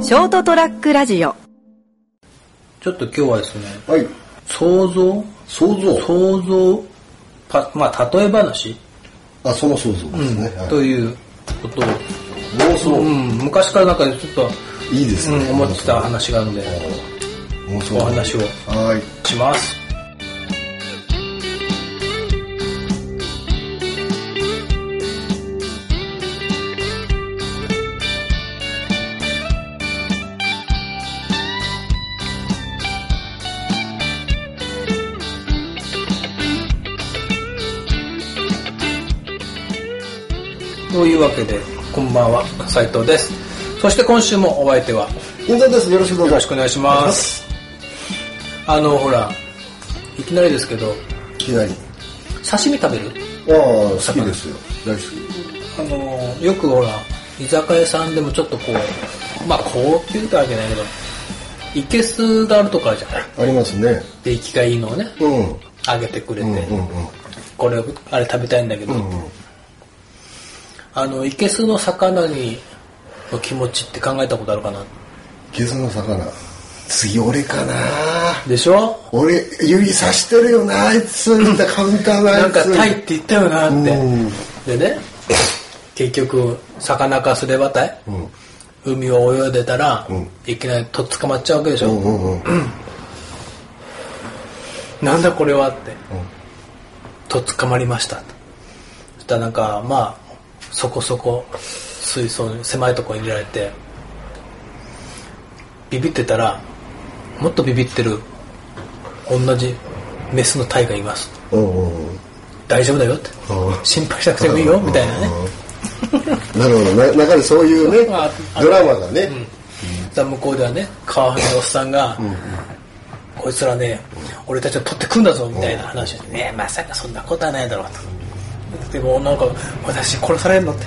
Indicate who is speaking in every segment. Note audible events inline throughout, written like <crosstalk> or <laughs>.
Speaker 1: ショートトラックラジオ
Speaker 2: ちょっと今日はですね、
Speaker 3: はい。
Speaker 2: 想像
Speaker 3: 想像。
Speaker 2: 想像、パまあ、例え話、
Speaker 3: あ、その想像ですね。はい
Speaker 2: ということを、
Speaker 3: 妄想、
Speaker 2: うん、昔からなんかちょっと、
Speaker 3: いいです
Speaker 2: う
Speaker 3: ね。
Speaker 2: ん、思ってた話があるので、
Speaker 3: 妄想。
Speaker 2: お話を
Speaker 3: はい。
Speaker 2: します。というわけで、こんばんは、斉藤です。そして今週もお相手は、
Speaker 3: 印税です。よろしくどうぞ。
Speaker 2: よろしくお願いします。あの、ほら、いきなりですけど、
Speaker 3: いきなり。
Speaker 2: 刺身食べる
Speaker 3: ああ、好きですよ。大好
Speaker 2: あの、よくほら、居酒屋さんでもちょっとこう、まあ高級ってわけじゃないけど、いけすがあるとかあるじゃない。
Speaker 3: き。ありますね。
Speaker 2: で、生きがいいのをね、
Speaker 3: うん。
Speaker 2: あげてくれて、
Speaker 3: うんうんうん。
Speaker 2: これ、あれ食べたいんだけど、
Speaker 3: うん
Speaker 2: あの、いけすの魚に、の気持ちって考えたことあるかな
Speaker 3: ゲスの魚。次俺かな
Speaker 2: でしょ
Speaker 3: 俺、指さしてるよなあいつ。カウンターのあいつ。
Speaker 2: なんかタイって言ったよなって。
Speaker 3: うん
Speaker 2: でね、結局、魚かすればたい、
Speaker 3: ん
Speaker 2: 海を泳いでたら、
Speaker 3: ん
Speaker 2: いきなりとっ捕まっちゃうわけでしょ。
Speaker 3: うんうんうん。
Speaker 2: なんだこれはって。とっ捕まりましたと。そしたらなんか、まあ、そこそこ、水槽に、狭いとこに入れられて、ビビってたら、もっとビビってる、同じメスのタイがいます。
Speaker 3: うんうんうん。
Speaker 2: 大丈夫だよって
Speaker 3: う。ん
Speaker 2: 心配しなくてもいいよ、みたいなね。
Speaker 3: なるほど。な中でそういうね
Speaker 2: ああ、
Speaker 3: ドラマがね。
Speaker 2: さあ向こうではね川上のおっさんが、こいつらね俺たちを取ってくんだぞみたいな話をして、ねえまさかそんなことはないだろうとでもなんか私殺されるのって、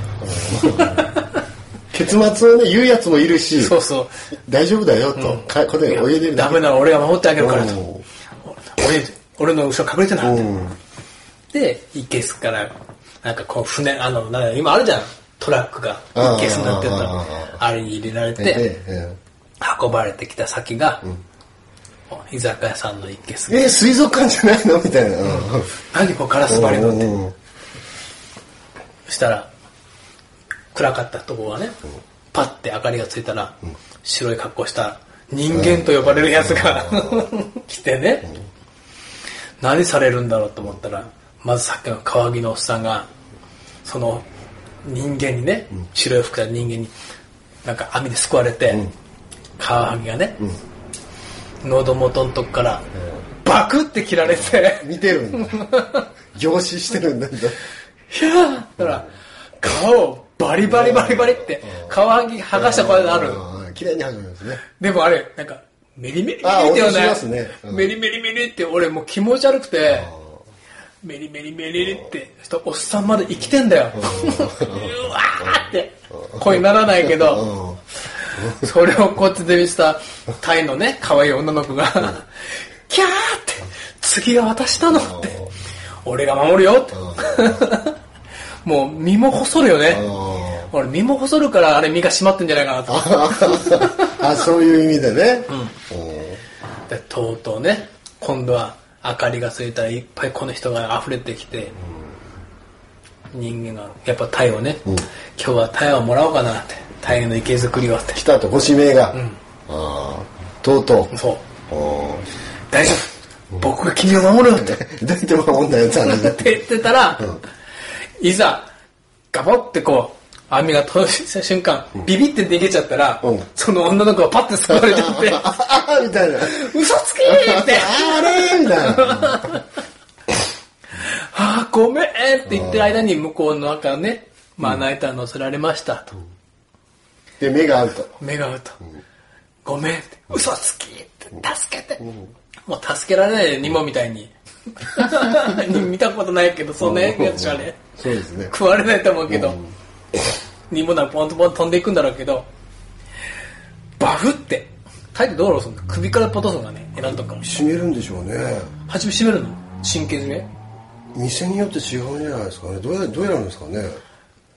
Speaker 3: 結末をね、言うやつもいるし。
Speaker 2: そうそう
Speaker 3: 大丈夫だよと、かこれ泳いでる
Speaker 2: ダメなら俺が守ってあげるからと
Speaker 3: おう
Speaker 2: 俺俺の後ろ隠れてな
Speaker 3: う
Speaker 2: っ
Speaker 3: ん
Speaker 2: てでいけすからなんかこう船あのなんか今あるじゃんトラックが
Speaker 3: あー
Speaker 2: いけすになってたら
Speaker 3: あ
Speaker 2: あれに入れられて、
Speaker 3: えええ
Speaker 2: 運ばれてきた先が、居酒屋さんのいけす
Speaker 3: ええ水族館じゃないのみたいな、うん、
Speaker 2: 何こうガラス張りのって
Speaker 3: うん
Speaker 2: そしたら暗かったところがねパッて明かりがついたら、白い格好した人間と呼ばれるやつが来てね、何されるんだろうと思ったらまずさっきの川着のおっさんがその人間にね、白い服着た人間になんか網で救われて、川上がね、喉元のとこからバクって切られて。
Speaker 3: 見てるんだ凝視してるんだ
Speaker 2: いやーだから、顔をバリバリバリバリって、皮剥がした声がある。
Speaker 3: うん綺麗に始まりますね
Speaker 2: でもあれ、なんか、メリメリメリって
Speaker 3: あー
Speaker 2: 言わな
Speaker 3: 音し
Speaker 2: い
Speaker 3: ますねうん
Speaker 2: メリメリメリって、俺もう気持ち悪くて、メリメリメリって、そしたらおっさんまで生きてんだよ。 <laughs> うわーって、声にならないけど、
Speaker 3: うん
Speaker 2: <laughs> それをこっちで見せたタイのね、可愛い女の子 <laughs> が、キャーって、次が私なのって、俺が守るよって。 <laughs> もう身も細るよね。
Speaker 3: あ
Speaker 2: 俺身も細るからあれ身が締まってんじゃないかなと思っ
Speaker 3: ー <laughs> あそういう意味でね、
Speaker 2: てでとうとうね今度は明かりがついたらいっぱいこの人が溢れてきて、人間がやっぱタイをね、今日はタイをもらおうかなってタイの池作りをって
Speaker 3: 来たと星名が、あーとうとう
Speaker 2: そう
Speaker 3: お
Speaker 2: 大丈夫、僕が君を守るよって
Speaker 3: ーどうやって守んだよって話だ
Speaker 2: って言ってたら、いざガボってこう網が通した瞬間、ビビって逃げちゃったら、
Speaker 3: うん
Speaker 2: その女の子がパッて救われちゃって
Speaker 3: ああーみたいな
Speaker 2: 嘘つきー <laughs> って
Speaker 3: あれみたいな
Speaker 2: あーごめんって言ってる間に向こうの中ね、まあ、ナイター乗せられましたと。
Speaker 3: で目が合うと
Speaker 2: 目が合うと。ごめんって、嘘つきって、助けて。もう助けられないよ、ニモみたい <laughs> に。見たことないけど、そんなやつはね、
Speaker 3: そうですね
Speaker 2: 食われないと思うけど、ニモならポンとポンと飛んでいくんだろうけど、バフって、タイってどうやろうすんの首からポトすのがね、選んとくから。
Speaker 3: 閉めるんでしょうね
Speaker 2: 初め締めるの神経締め
Speaker 3: 店によって違うんじゃないですかねどうやどうやるんですかね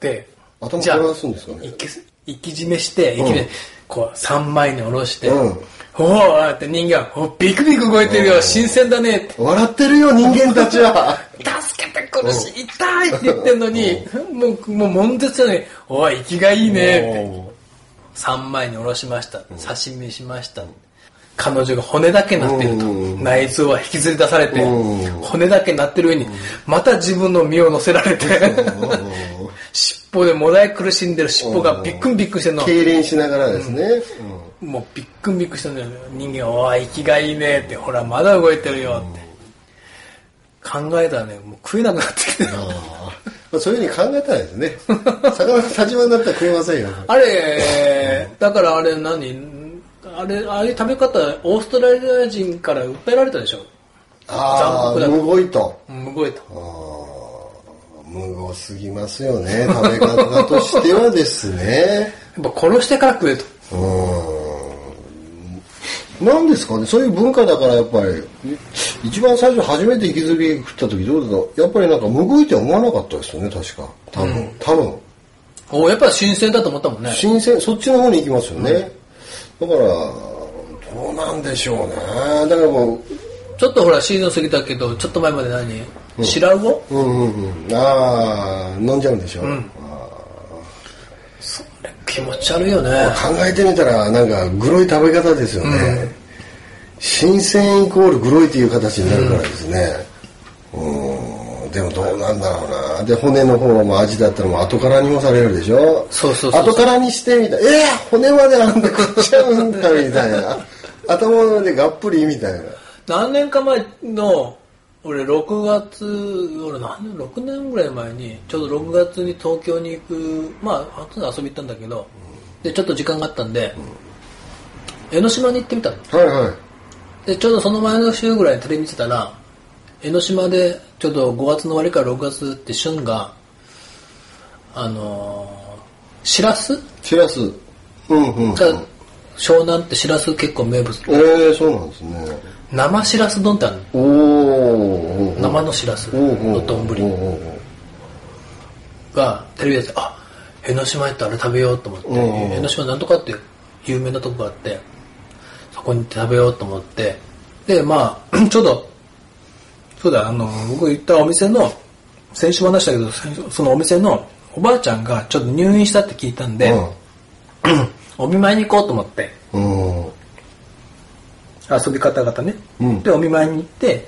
Speaker 2: で、
Speaker 3: 頭
Speaker 2: じゃあ
Speaker 3: 転がすんですかね
Speaker 2: 一気一気締めして、一気
Speaker 3: う
Speaker 2: で
Speaker 3: ん、
Speaker 2: こう、三枚に下ろして、
Speaker 3: うん
Speaker 2: おおって人間が、おビクビク動いてるよ、新鮮だねって。
Speaker 3: 笑ってるよ、人間たちは。
Speaker 2: 助けて苦しい、痛いって言ってんのに、もう、もう、悶絶なのに、おい、生きがいいねって。三枚におろしました。刺身しました。彼女が骨だけなってると
Speaker 3: う。ん
Speaker 2: 内臓は引きずり出されて
Speaker 3: うん、
Speaker 2: 骨だけなってる上に、また自分の身を乗せられて、尻尾でもだえ苦しんでる尻尾がビックンビックンしてるの。
Speaker 3: 痙攣しながらですね。
Speaker 2: もうビックンビックンしてるのよ。人間は、おい、生きがいいねって、ほら、まだ動いてるよって。考えたらね、もう食えなくなってきて。
Speaker 3: まあ、そういうふうに考えたらですね。魚が立場になったら食えませんよ。
Speaker 2: あれ、だからあれ何あれ、ああいう食べ方、オーストラリア人から訴えられたでしょ残
Speaker 3: あ
Speaker 2: 酷だ
Speaker 3: あ、むごいと。
Speaker 2: うん動いた。
Speaker 3: あーむごすぎますよね。食べ方としてはですね。
Speaker 2: やっぱ殺してから食えと。
Speaker 3: うん。なんですかね。そういう文化だからやっぱり、一番最初初めて息づり食った時どうだったやっぱりなんかむごいとは思わなかったですよね、確か。多分。多分。
Speaker 2: おやっぱ新鮮だと思ったもんね。
Speaker 3: 新鮮そっちの方に行きますよね、だからどうなんでしょうねだからも
Speaker 2: ちょっとほら、シーズン過ぎたけど、ちょっと前まで何白魚
Speaker 3: ううんうんうんああ飲んじゃうんでしょう、
Speaker 2: 気持ち悪いよね。
Speaker 3: 考えてみたらなんかグロい食べ方ですよね、新鮮イコールグロいっていう形になるからですねうんでもどうなんだろうなで骨の方も味だったらもう後からにもされるでしょ
Speaker 2: そうそうそうそう
Speaker 3: 後からにしてみたいえー、骨まであんた食っちゃうんだみた
Speaker 2: <laughs>
Speaker 3: いな頭の上でがっぷりみたいな
Speaker 2: 何年か前の、俺6月、俺何年、6年ぐらい前に、ちょうど6月に東京に行く、まあ、初の遊び行ったんだけど、で、ちょっと時間があったんで、江ノ島に行ってみたの。
Speaker 3: はいはい
Speaker 2: でちょうどその前の週ぐらいにテレビ見てたら江ノ島でちょっと5月の終わりから6月って旬があのー、シラス
Speaker 3: しらす。うんうん、うん。
Speaker 2: が湘南ってシラス結構名物
Speaker 3: ええそうなんですね。
Speaker 2: 生シラス丼ってあるの
Speaker 3: おお。
Speaker 2: 生のシラス
Speaker 3: おー
Speaker 2: の
Speaker 3: おー。お
Speaker 2: 丼
Speaker 3: ー
Speaker 2: がテレビでやっててあ江ノ島やったらあれ食べようと思って
Speaker 3: んうん
Speaker 2: 江ノ島なんとかって有名なとこがあってそこに行って食べようと思ってでまあ <clears throat> ちょうどそうだあの僕行ったお店の先週も話したけど先週そのお店のおばあちゃんがちょっと入院したって聞いたんで、 <clears throat> お見舞いに行こうと思って
Speaker 3: うん。うん。
Speaker 2: 遊び方々ね、
Speaker 3: うん
Speaker 2: でお見舞いに行って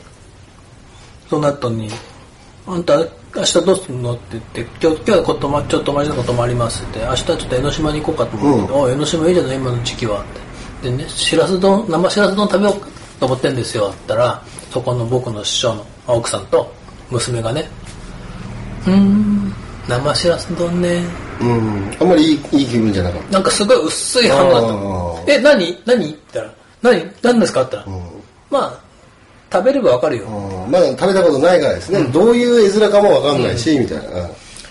Speaker 2: その後に「あんた明日どうするの?」って言って「今日今日はこ泊まちょっとお待ちのこともあります」って「明日ちょっと江ノ島に行こうかと思って「
Speaker 3: うん
Speaker 2: お江ノ島いいじゃない今の時期は」ってでねしらす丼生しらす丼食べようと思ってんですよって言ったらそこの僕の師匠の奥さんと娘がね「うーん生しらす丼ね」
Speaker 3: うん。あんまりいいいい気分じゃなかっ
Speaker 2: なんかすごい薄い反応だ
Speaker 3: あ
Speaker 2: った。え、何何って言ったら、何何ですかって言ったら、まあ、食べればわかる
Speaker 3: た。
Speaker 2: よ。
Speaker 3: うん。まだ食べたことないからですね。どういう絵面かもわかんないし、みたいな。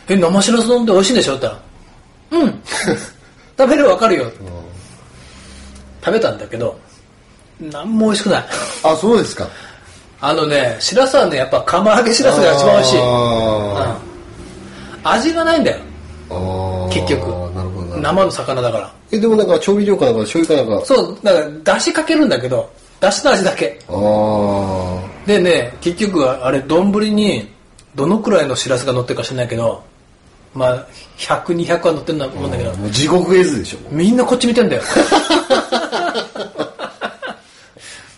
Speaker 2: え、生しらす丼って美味しいんでしょって言ったら、うん。食べればわかるよ。食べたんだけど、なんも美味しくない。
Speaker 3: あ、そうですか。
Speaker 2: あのね、しらすはね、やっぱ釜揚げしらすが一番美味しい。
Speaker 3: あ
Speaker 2: うん味がないんだよ、
Speaker 3: ーあー。
Speaker 2: 結局。
Speaker 3: なるほどな。
Speaker 2: 生の魚だから。
Speaker 3: え、でもなんか調味料かなんか、醤油かなんか。
Speaker 2: そう、だから、出汁かけるんだけど、出汁の味だけ。
Speaker 3: ああ。
Speaker 2: でね、結局あれ、丼にどのくらいのシラスが乗ってるか知らないけど、まあ、100、200は乗ってるんだもんだけど、
Speaker 3: もう地獄絵図でしょ。
Speaker 2: みんなこっち見てんだよ。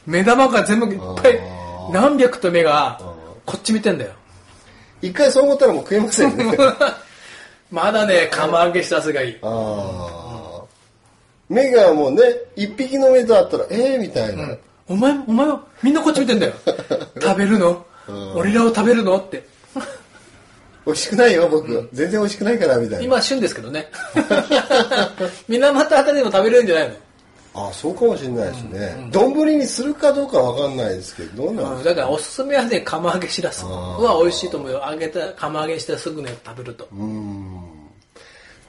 Speaker 2: 目玉が全部いっぱい、何百と目がこっち見てんだよ。
Speaker 3: 一回そう思ったらもう食えませんね。
Speaker 2: <laughs> まだね、釜揚げシラスがいい。
Speaker 3: ああ。目がもうね、一匹の目とあったら、ええみたいな。
Speaker 2: お前、お前はみんなこっち見て
Speaker 3: <laughs>
Speaker 2: んだよ。食べるの俺らを食べるのって。
Speaker 3: 美味しくないよ、僕。全然美味しくないから、みたいな。
Speaker 2: 今、旬ですけどね。 <laughs> みんなまたあたりでも食べれるんじゃないの
Speaker 3: ああ、そうかもしれないですね。丼、にするかどうかわかんないですけど、どうなん
Speaker 2: うん
Speaker 3: です
Speaker 2: だからおすすめはね釜揚げしらすは美味しいと思うよ揚げた釜揚げしてすぐね食べると、
Speaker 3: か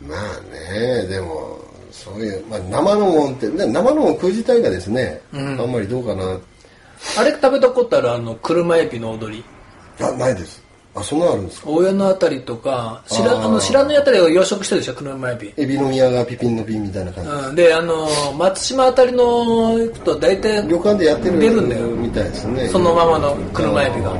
Speaker 3: まあね、でも、そういう、まあ生のもんって、ね、生のもん食う自体がですね、あんまりどうかな。
Speaker 2: あれ食べたことあるあの車エビの踊り
Speaker 3: あ、ないです。ああそんなのあるんですか
Speaker 2: 大谷のあたりとか白
Speaker 3: あー
Speaker 2: あの白根あたりを養殖してるでしょ車エビ
Speaker 3: エビの宮川ピピンの瓶みたいな感じ、
Speaker 2: うん、であの松島あたりの行くと大体
Speaker 3: 旅館でやってる
Speaker 2: 出るんだよ
Speaker 3: みたいですね
Speaker 2: そのままの車エビが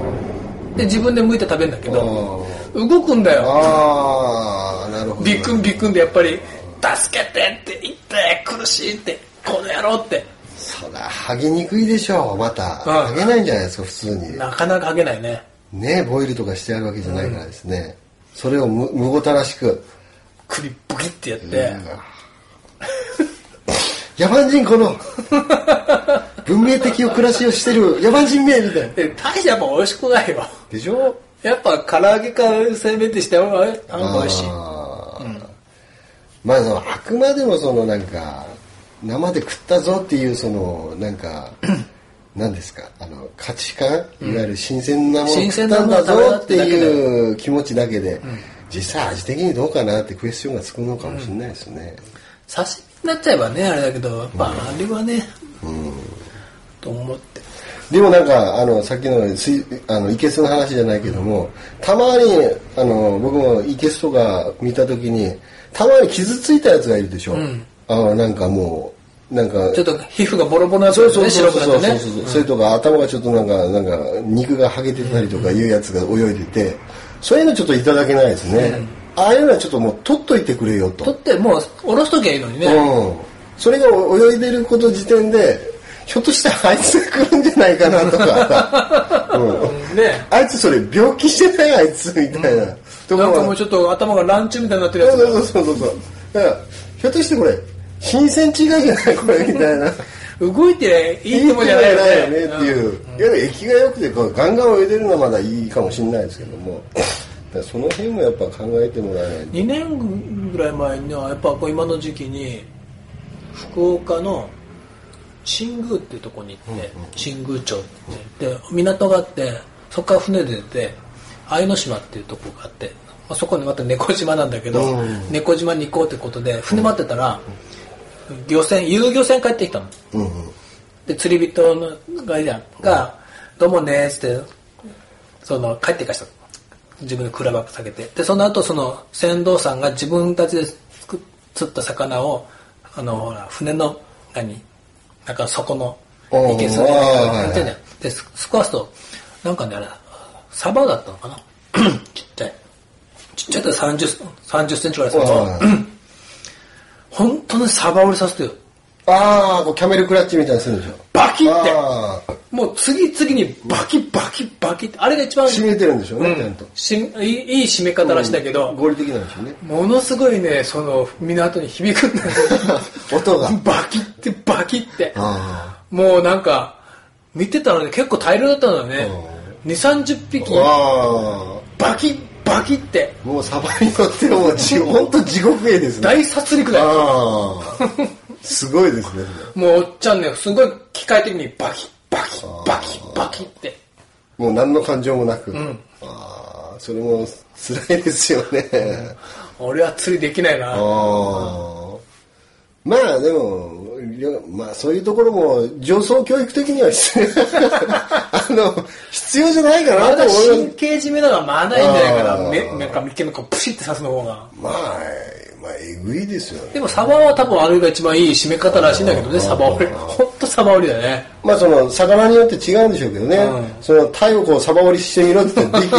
Speaker 2: で自分で剥いて食べるんだけど動くんだよ
Speaker 3: ああなるほど
Speaker 2: ビクンビクンでやっぱり「助けて」って言って苦しいってこの野郎って
Speaker 3: そら剥げにくいでしょうまた
Speaker 2: うん
Speaker 3: 剥げないんじゃないですか普通に
Speaker 2: なかなか剥げないね
Speaker 3: ねボイルとかしてあるわけじゃないからですね、それをむむごたらしく
Speaker 2: 首ブキってやって
Speaker 3: 野蛮人この文明的暮らしをしてる野蛮人名みたいな
Speaker 2: で大してやっぱ美味しくないよ
Speaker 3: でしょ
Speaker 2: やっぱ唐揚げかせんべいってしてああんま美味しい
Speaker 3: あーまあそのあくまでもそのなんか生で食ったぞっていうそのな
Speaker 2: <clears throat>
Speaker 3: んか何ですかあの価値観、いわゆる新鮮なもの
Speaker 2: 新鮮
Speaker 3: 食っ
Speaker 2: なも
Speaker 3: たん
Speaker 2: の
Speaker 3: だ
Speaker 2: を食べた
Speaker 3: ぞ
Speaker 2: っ
Speaker 3: って
Speaker 2: てだけで
Speaker 3: いう気持ちだけで、実際味的にどうかなってクエスチョンがつくのかもしれないですね、
Speaker 2: 刺身になっちゃえばねあれだけどやっぱあれはねと思って
Speaker 3: でもなんかあのさっきの水あのイケスの話じゃないけどもたまにあの僕もイケスとか見た時にたまに傷ついたやつがいるでしょ、あのなんかもうなんか
Speaker 2: ちょっと皮膚がボロボロな
Speaker 3: そうそう
Speaker 2: ね
Speaker 3: そう
Speaker 2: 白
Speaker 3: そ
Speaker 2: く
Speaker 3: う
Speaker 2: な
Speaker 3: そ
Speaker 2: っ
Speaker 3: う
Speaker 2: て
Speaker 3: そう
Speaker 2: ね
Speaker 3: そう、それとか頭がちょっとなんかなんか肉がはげてたりとかいうやつが泳いでて、そういうのちょっといただけないですね、ああいうのはちょっともう取っといてくれよと
Speaker 2: 取ってもう下ろしときゃいいのにね
Speaker 3: うん、それが泳いでること時点でひょっとしたらあいつが来るんじゃないかな
Speaker 2: <laughs>
Speaker 3: とか、うん、
Speaker 2: ね
Speaker 3: あいつそれ病気してないあいつみたいな、とこ
Speaker 2: なんか
Speaker 3: ろ
Speaker 2: も
Speaker 3: は
Speaker 2: うちょっと頭がランチュみたいになってるやつ
Speaker 3: そうそうそうそうそうだからひょっとしてこれ新鮮違いじゃないこれみたいな。
Speaker 2: 動いて <laughs> いいってもんじゃないよね
Speaker 3: いいとこじゃないよねっていう、いわゆる液が良くてこうガンガン泳いでるのはまだいいかもしれないですけどもだからその辺もやっぱ考えてもらえないと
Speaker 2: 2年ぐらい前にはやっぱこう今の時期に福岡の新宮ってとこに行って、新宮町って言ってで港があってそこから船で出て藍の島っていうとこがあって、まあ、そこにまた猫島なんだけど、
Speaker 3: うん
Speaker 2: 猫島に行こうってことで船待ってたら、漁船遊漁船帰ってきたの
Speaker 3: うんうん
Speaker 2: で釣り人のガイダンが「どうもね」っつってその帰っていかしたの自分でクラバック下げてでその後その船頭さんが自分たちで作っ釣った魚をあのほら船の何なんか底の
Speaker 3: おう
Speaker 2: いけそうじゃない
Speaker 3: ああはいはい
Speaker 2: かってんだよでススコアすとなんかねあれサバだったのかな <clears throat> ちっちゃいちっちゃいと3 0センチぐらいですけど
Speaker 3: はい
Speaker 2: <clears throat> 本当にサバ折りさせてよ
Speaker 3: ああこうキャメルクラッチみたいにするんでしょ
Speaker 2: バキって
Speaker 3: ああ
Speaker 2: もう次々にバキバキバキってあれが一番
Speaker 3: 締めてるんでしょうね、ちゃんと
Speaker 2: しいいいい締め方らしいんだけど、
Speaker 3: 合理的なんでしょうね
Speaker 2: ものすごいねその港に響くんだよ
Speaker 3: <laughs> 音が
Speaker 2: バキってバキって
Speaker 3: あ
Speaker 2: もうなんか見てたので結構大量だったのよね2 3 0匹
Speaker 3: あ
Speaker 2: バキバキって
Speaker 3: あもうサバにとっても
Speaker 2: <laughs>
Speaker 3: う地本当地獄絵ですね
Speaker 2: 大殺戮だよ
Speaker 3: ああすごいですね
Speaker 2: もうおっちゃんねすごい機械的にバキバキバキバキって
Speaker 3: もう何の感情もなく、ああそれも辛いですよね、
Speaker 2: 俺は釣りできないな
Speaker 3: ああまあでも、りょまあそういうところも上層教育的には必要 <laughs> あの必要じゃないか
Speaker 2: ま
Speaker 3: なと
Speaker 2: だ
Speaker 3: 思
Speaker 2: 神
Speaker 3: う。
Speaker 2: 経締めなのはまだいいんじゃないか
Speaker 3: あ
Speaker 2: な。
Speaker 3: ー
Speaker 2: めなんか眉間のこうプシって刺すの方が。
Speaker 3: まあ、まあ、えぐいですよね。
Speaker 2: でもサバは多分あれが一番いい締め方らしいんだけどね、サバ折り。ほんとサバ折りだね。
Speaker 3: まあその魚によって違うんでしょうけどね、
Speaker 2: う
Speaker 3: その鯛をこうさば折りしてみろって
Speaker 2: <laughs>
Speaker 3: 言ってでき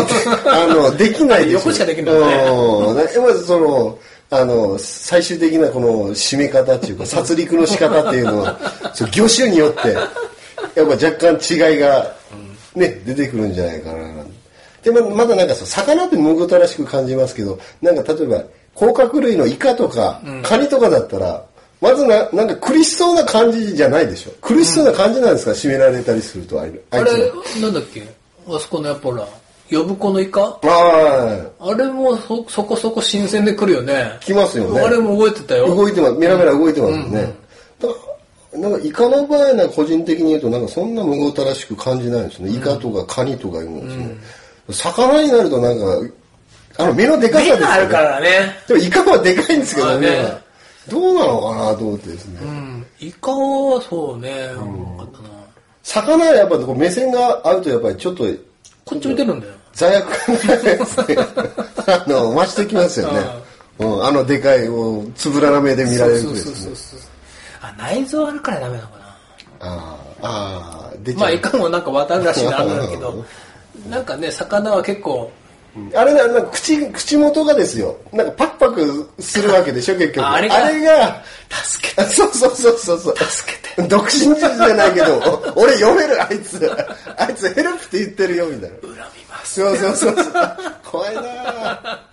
Speaker 3: あのできないですよ
Speaker 2: 横しかできないもんね
Speaker 3: うんだからまずそのあの最終的なこの締め方っていうか殺戮の仕方っていうのは <laughs> その魚種によってやっぱ若干違いが、ね出てくるんじゃないかななんてでままだなんかそう魚ってむごたらしく感じますけどなんか例えば甲殻類のイカとか、カニとかだったらまずななんか苦しそうな感じじゃないでしょ苦しそうな感じなんですか、締められたりするとあい
Speaker 2: あ
Speaker 3: あい
Speaker 2: れ
Speaker 3: つの、
Speaker 2: なんだっけあそこのやっぱほら、呼ぶ子のイカ
Speaker 3: ああ
Speaker 2: あれもそそこそこ新鮮で来るよね。
Speaker 3: 来ますよね
Speaker 2: あれも覚えてたよ。
Speaker 3: 動いてますメラメラ動いてますよね、だからなんかイカの場合は個人的に言うとなんかそんなむごたらしく感じないですねイカとかカニとかいうもんですね、魚になるとなんかあの目のでかさです
Speaker 2: 目
Speaker 3: よね
Speaker 2: があるからね。
Speaker 3: でもイカはでかいんですけどね
Speaker 2: まあね
Speaker 3: どうなのかなと思ってですね、
Speaker 2: うん。イカはそうね、多かったな。
Speaker 3: 魚はやっぱこう目線が合うとやっぱりちょっと
Speaker 2: こっち見てるんだよ。
Speaker 3: 罪悪感がないです
Speaker 2: <laughs>
Speaker 3: ねあの増してきますよねうん、あのでかいもうつぶらな目で見られる
Speaker 2: そ
Speaker 3: ん
Speaker 2: う
Speaker 3: で
Speaker 2: そう
Speaker 3: す
Speaker 2: そ
Speaker 3: ね
Speaker 2: うそう。あ、内臓あるからダメなのかな。
Speaker 3: あーあー出
Speaker 2: <laughs>
Speaker 3: ち
Speaker 2: まあ、
Speaker 3: ゃ、
Speaker 2: いうかもなんか渡るらしいな、あるんだけど、なんかね、魚は結構、
Speaker 3: あ、れねなんか口口元がですよなんかパクパクするわけでしょ結局
Speaker 2: ああれが
Speaker 3: が <laughs>
Speaker 2: 助けて、
Speaker 3: あそうそうそうそうそう
Speaker 2: 助けて。
Speaker 3: 独身術じゃないけど <laughs> お俺読めるあいつあいつヘルプって言ってるよみたいな
Speaker 2: 恨みます。
Speaker 3: そうそうそうそう怖いなあ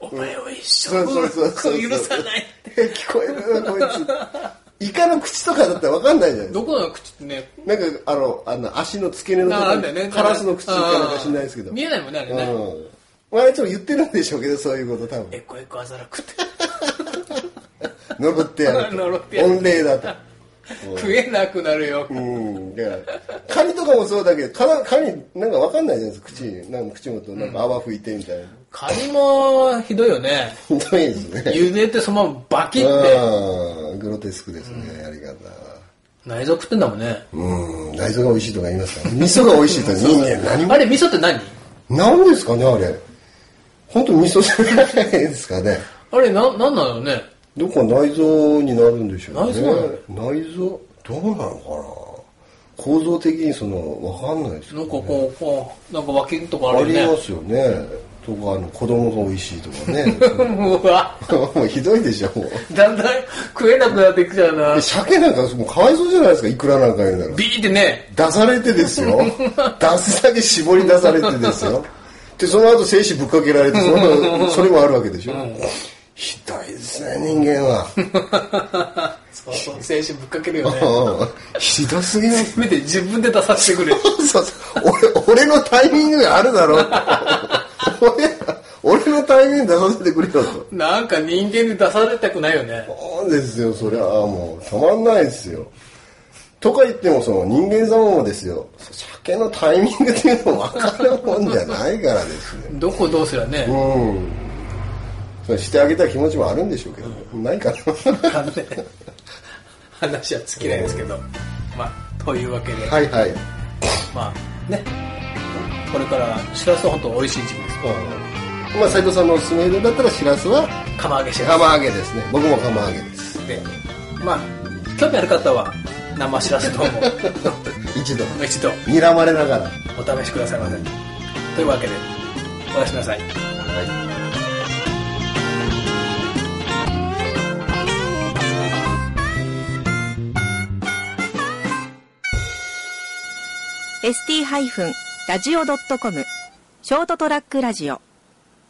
Speaker 2: お前を一生
Speaker 3: そうそうそうそう
Speaker 2: 許さないって。
Speaker 3: え聞こえるこいつイカの口とかだったら分かんないじゃないです
Speaker 2: どこの口ってね、
Speaker 3: かなんかあのあの足の付け根のと
Speaker 2: な
Speaker 3: こ
Speaker 2: んだよね。
Speaker 3: カラスの口かなんか知んないですけど
Speaker 2: あー見えないもんね、あれね。
Speaker 3: うんまああいつも言ってるんでしょうけどそういうこと多分
Speaker 2: えこえこあざらくて。
Speaker 3: 呪ってや
Speaker 2: <laughs>
Speaker 3: る
Speaker 2: 呪ってや
Speaker 3: と
Speaker 2: る
Speaker 3: 御礼だと
Speaker 2: 食えなくなるよ。
Speaker 3: うんだからカニとかもそうだけどカカニなんか分かんないじゃないですか口なんか口元なんか泡吹いてみたいな、
Speaker 2: カニもひどいよね。
Speaker 3: ひどいですね
Speaker 2: 茹でてそのままバキって。
Speaker 3: うんグロテスクですね、やり方は
Speaker 2: 内臓食ってんだもんね。
Speaker 3: うん内臓が美味しいとか言いますから味噌が美味しいと人間何も
Speaker 2: あれ、味噌って何
Speaker 3: 何ですかねあれ本当味噌じゃないですかね
Speaker 2: あれ、な、なんなのね。
Speaker 3: どこか内臓になるんでしょうね
Speaker 2: 内臓なの
Speaker 3: 内臓どうなのかな構造的にその分かんないですけ
Speaker 2: な
Speaker 3: ど
Speaker 2: んかこう、こう、なんか脇のとこあ
Speaker 3: あ
Speaker 2: る
Speaker 3: り
Speaker 2: よ
Speaker 3: ま
Speaker 2: ね。
Speaker 3: すよねとかあの子供が美味しいとかね
Speaker 2: <laughs>
Speaker 3: <laughs>
Speaker 2: うわ、
Speaker 3: もうひどいでしょも
Speaker 2: だんだん食えなくなってきちゃうな
Speaker 3: う。鮭なんかもうかわいそうじゃないですかいくらなんか言うなら
Speaker 2: ビーってね。
Speaker 3: 出されてですよ出すだけ絞り出されてですよでその後精子ぶっかけられてそのそれもあるわけでしょひどいですね人間は <laughs>
Speaker 2: そうそう、精神ぶっかけるよね。
Speaker 3: うんひどすぎま
Speaker 2: <laughs>
Speaker 3: す
Speaker 2: 見て、自分で出させてく <laughs> れ。
Speaker 3: そうそう俺俺のタイミングがある <laughs> だろ俺俺のタイミング出させてくれよと
Speaker 2: なんか人間で出されたくないよね。
Speaker 3: そうですよそりゃあもうたまんないですよとか言ってもその人間様もですよ酒のタイミングっていうの分かるもんじゃないからですね
Speaker 2: どこどうすりゃね。
Speaker 3: うんそれしてあげたい気持ちもあるんでしょうけど、ないかな
Speaker 2: あのね <laughs> 話は尽きないですけど。まあ、というわけで、
Speaker 3: <laughs> はいはい、うん
Speaker 2: まあ、ね。これから、しらすは本当美味しい時期です。
Speaker 3: まあ斉藤さんのおすすめだったらしらすは
Speaker 2: 釜揚げしら
Speaker 3: 釜揚げですね僕も釜揚げです
Speaker 2: すで。まあ、興味ある方は、生しらす丼も
Speaker 3: 一度
Speaker 2: 一度
Speaker 3: 睨まれながら
Speaker 2: お試しくださいませ。というわけで、おやすみなさい。
Speaker 1: ST-radio.com ショートトラックラジオ